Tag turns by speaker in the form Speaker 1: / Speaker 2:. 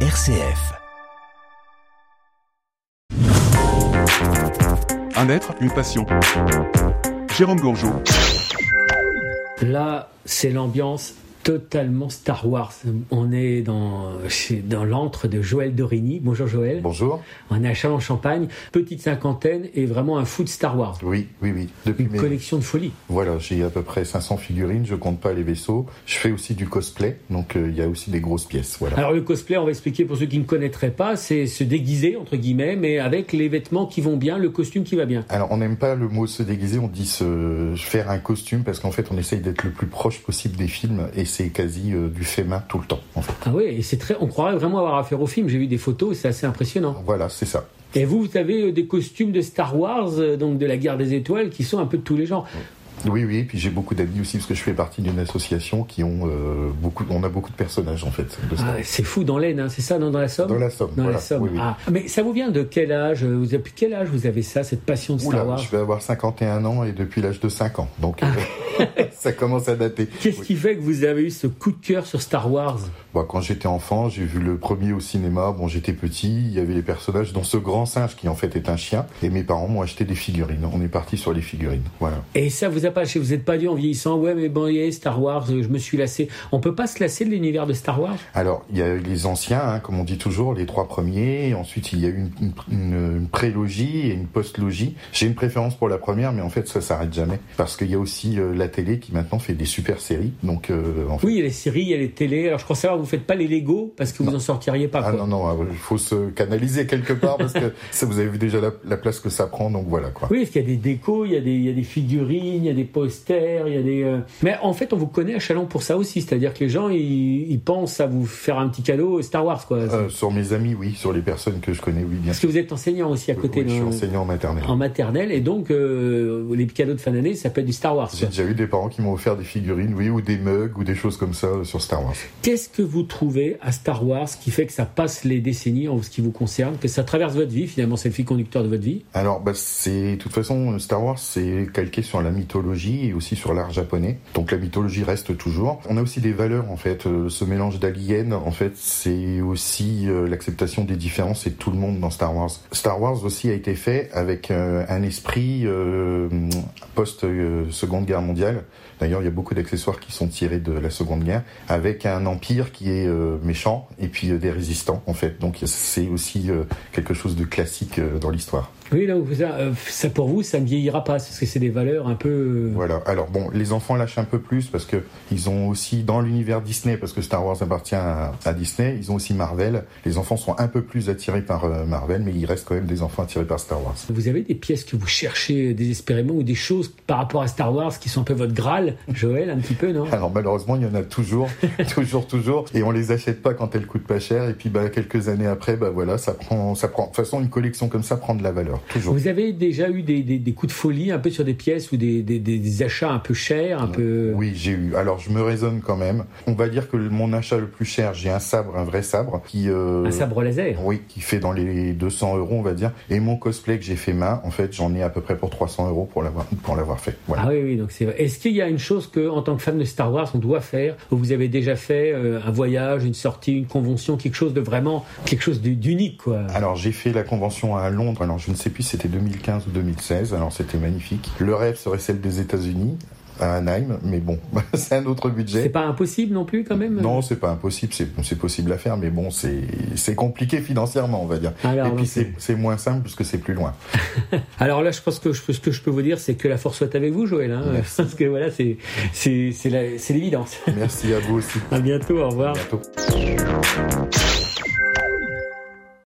Speaker 1: RCF.
Speaker 2: Un être, une passion. Jérôme Gourgeot.
Speaker 3: Là, c'est l'ambiance totalement Star Wars. On est dans, chez- dans l'antre de Joël Dorigny. Bonjour Joël.
Speaker 4: Bonjour.
Speaker 3: On est à Chalon-Champagne, petite cinquantaine et vraiment un fou de Star Wars.
Speaker 4: Oui, oui, oui. Depuis
Speaker 3: Une
Speaker 4: mes-
Speaker 3: collection de folie.
Speaker 4: Voilà, j'ai à peu près 500 figurines, je compte pas les vaisseaux. Je fais aussi du cosplay, donc euh, il y a aussi des grosses pièces. Voilà.
Speaker 3: Alors le cosplay, on va expliquer pour ceux qui ne connaîtraient pas, c'est se déguiser entre guillemets, mais avec les vêtements qui vont bien, le costume qui va bien.
Speaker 4: Alors, on n'aime pas le mot se déguiser, on dit se faire un costume parce qu'en fait, on essaye d'être le plus proche possible des films et c'est quasi euh, du fait main tout le temps, en fait.
Speaker 3: Ah oui, et c'est très, on croirait vraiment avoir affaire au film. J'ai vu des photos, c'est assez impressionnant.
Speaker 4: Voilà, c'est ça.
Speaker 3: Et vous, vous avez euh, des costumes de Star Wars, euh, donc de la guerre des étoiles, qui sont un peu de tous les genres.
Speaker 4: Oui, oui, puis j'ai beaucoup d'amis aussi parce que je fais partie d'une association qui ont euh, beaucoup, on a beaucoup de personnages en fait. de Star
Speaker 3: Ah,
Speaker 4: Wars.
Speaker 3: c'est fou dans l'aine, hein, c'est ça, non, dans la Somme
Speaker 4: Dans la Somme,
Speaker 3: Dans
Speaker 4: voilà.
Speaker 3: la Somme.
Speaker 4: Oui, oui.
Speaker 3: Ah, mais ça vous vient de quel âge euh, vous avez, Depuis quel âge vous avez ça, cette passion de Star
Speaker 4: Oula,
Speaker 3: Wars Ah.
Speaker 4: je vais avoir 51 ans et depuis l'âge de 5 ans, donc euh, ça commence à dater.
Speaker 3: Qu'est-ce
Speaker 4: Oui.
Speaker 3: qui fait que vous avez eu ce coup de cœur sur Star Wars
Speaker 4: Bah, quand j'étais enfant, j'ai vu le premier au cinéma. Bon, j'étais petit, il y avait les personnages, dont ce grand singe qui en fait est un chien. Et mes parents m'ont acheté des figurines. On est parti sur les figurines. Voilà.
Speaker 3: Et ça vous a pas lâché, vous n'êtes pas dit en vieillissant, ouais mais bon, yeah, Star Wars, euh, je me suis lassé. On peut pas se lasser de l'univers de Star Wars
Speaker 4: Alors, il y a eu les anciens, hein, comme on dit toujours, les trois premiers. Ensuite, il y a eu une, une, une- une prélogie et une postlogie. J'ai une préférence pour la première, mais en fait, ça s'arrête jamais. Parce qu'il y a aussi euh, la télé qui maintenant fait des super séries. Donc, euh, en fait,
Speaker 3: Oui, il y a les séries, il y a les télés. Alors je crois savoir, vous faites pas les Lego parce que vous en sortiriez pas.
Speaker 4: Ah
Speaker 3: quoi.
Speaker 4: non, non, il faut se canaliser quelque part parce que ça, vous avez vu déjà la, la place que ça prend, donc voilà quoi.
Speaker 3: Oui, parce qu'il y a des décos, il y a des, il y a des figurines, il y a des posters, il y a des. euh, Mais en fait, on vous connaît à Chalon pour ça aussi, c'est-à-dire que les gens, ils, ils pensent à vous faire un petit cadeau Star Wars, quoi.
Speaker 4: Euh, sur mes amis, oui, sur les personnes que je connais, oui, bien
Speaker 3: Parce
Speaker 4: sûr.
Speaker 3: que vous êtes enseignant aussi à côté,
Speaker 4: Oui, je suis
Speaker 3: non
Speaker 4: enseignant en maternelle.
Speaker 3: en maternelle, et donc euh, les cadeaux de fin d'année, ça peut être du Star Wars.
Speaker 4: J'ai
Speaker 3: quoi.
Speaker 4: déjà eu des parents qui m'ont offert des figurines, oui, ou des mugs, ou des choses comme ça euh, sur Star Wars.
Speaker 3: Qu'est-ce que vous trouvez à Star Wars qui fait que ça passe les décennies en ce qui vous concerne, que ça traverse votre vie finalement, c'est le fil conducteur de votre vie
Speaker 4: Alors, bah, c'est, de toute façon, euh, Star Wars, c'est calqué sur la mythologie et aussi sur l'art japonais. Donc, la mythologie reste toujours. On a aussi des valeurs, en fait. Euh, ce mélange d'aliens, en fait, c'est aussi euh, l'acceptation des différences et de tout le monde dans Star Wars. Star Wars aussi a été fait avec euh, un esprit euh, post-seconde guerre mondiale. D'ailleurs, il y a beaucoup d'accessoires qui sont tirés de la Seconde Guerre, avec un empire qui est euh, méchant et puis euh, des résistants, en fait. Donc, c'est aussi euh, quelque chose de classique euh, dans l'histoire.
Speaker 3: Oui, là, vous- ça, euh, ça, pour vous, ça ne vieillira pas, parce que c'est des valeurs un peu. euh,
Speaker 4: Voilà. Alors bon, les enfants lâchent un peu plus parce que ils ont aussi dans l'univers Disney, parce que Star Wars appartient à, à Disney, ils ont aussi Marvel. Les enfants sont un peu plus attirés par euh, Marvel, mais il reste quand même des enfants attirés par Star Wars.
Speaker 3: Vous avez des pièces que vous cherchez euh, désespérément ou des choses par rapport à Star Wars qui sont un peu votre Graal, Joël, un petit peu, non
Speaker 4: Alors malheureusement, il y en a toujours, toujours, toujours, et on les achète pas quand elles coûtent pas cher. Et puis bah quelques années après, bah voilà, ça prend, ça prend. De toute façon, une collection comme ça prend de la valeur toujours.
Speaker 3: Vous avez déjà eu des, des- des coups de folie un peu sur des pièces ou des, des- des- des achats un peu chers, un peu.
Speaker 4: Euh, Oui, j'ai eu. Alors je me raisonne quand même. On va dire que le- mon achat le plus cher, j'ai un sabre, un vrai sabre, qui euh,
Speaker 3: Un sabre laser.
Speaker 4: Oui, qui fait dans les 200 euros, on va dire. Et mon cosplay que j'ai fait main, en fait, j'en ai à peu près pour 300 euros pour l'avoir, pour l'avoir fait. Voilà.
Speaker 3: Ah oui, oui, donc c'est vrai. Est-ce qu'il y a une chose que, en tant que fan de Star Wars, on doit faire Ou vous avez déjà fait euh, un voyage, une sortie, une convention, quelque chose de vraiment, quelque chose de- d'unique, quoi
Speaker 4: Alors, j'ai fait la convention à Londres. Alors, je ne sais plus si c'était 2015 ou 2016. Alors, c'était magnifique. Le rêve serait celle des États-Unis, à Anaheim. Mais bon, c'est un autre
Speaker 3: C'est
Speaker 4: budget.
Speaker 3: pas impossible non plus, quand même
Speaker 4: Non, c'est pas impossible, c'est c'est possible à faire, mais bon, c'est c'est compliqué financièrement, on va dire.
Speaker 3: Ah, Alors,
Speaker 4: Et puis
Speaker 3: donc,
Speaker 4: c'est c'est moins simple puisque c'est plus loin.
Speaker 3: Alors là, je pense que je- ce que je peux vous dire, c'est que la force soit avec vous, Joël. Hein, parce que voilà, c'est c'est c'est la- c'est l'évidence.
Speaker 4: Merci à vous aussi.
Speaker 3: À bientôt, au revoir.
Speaker 4: À bientôt.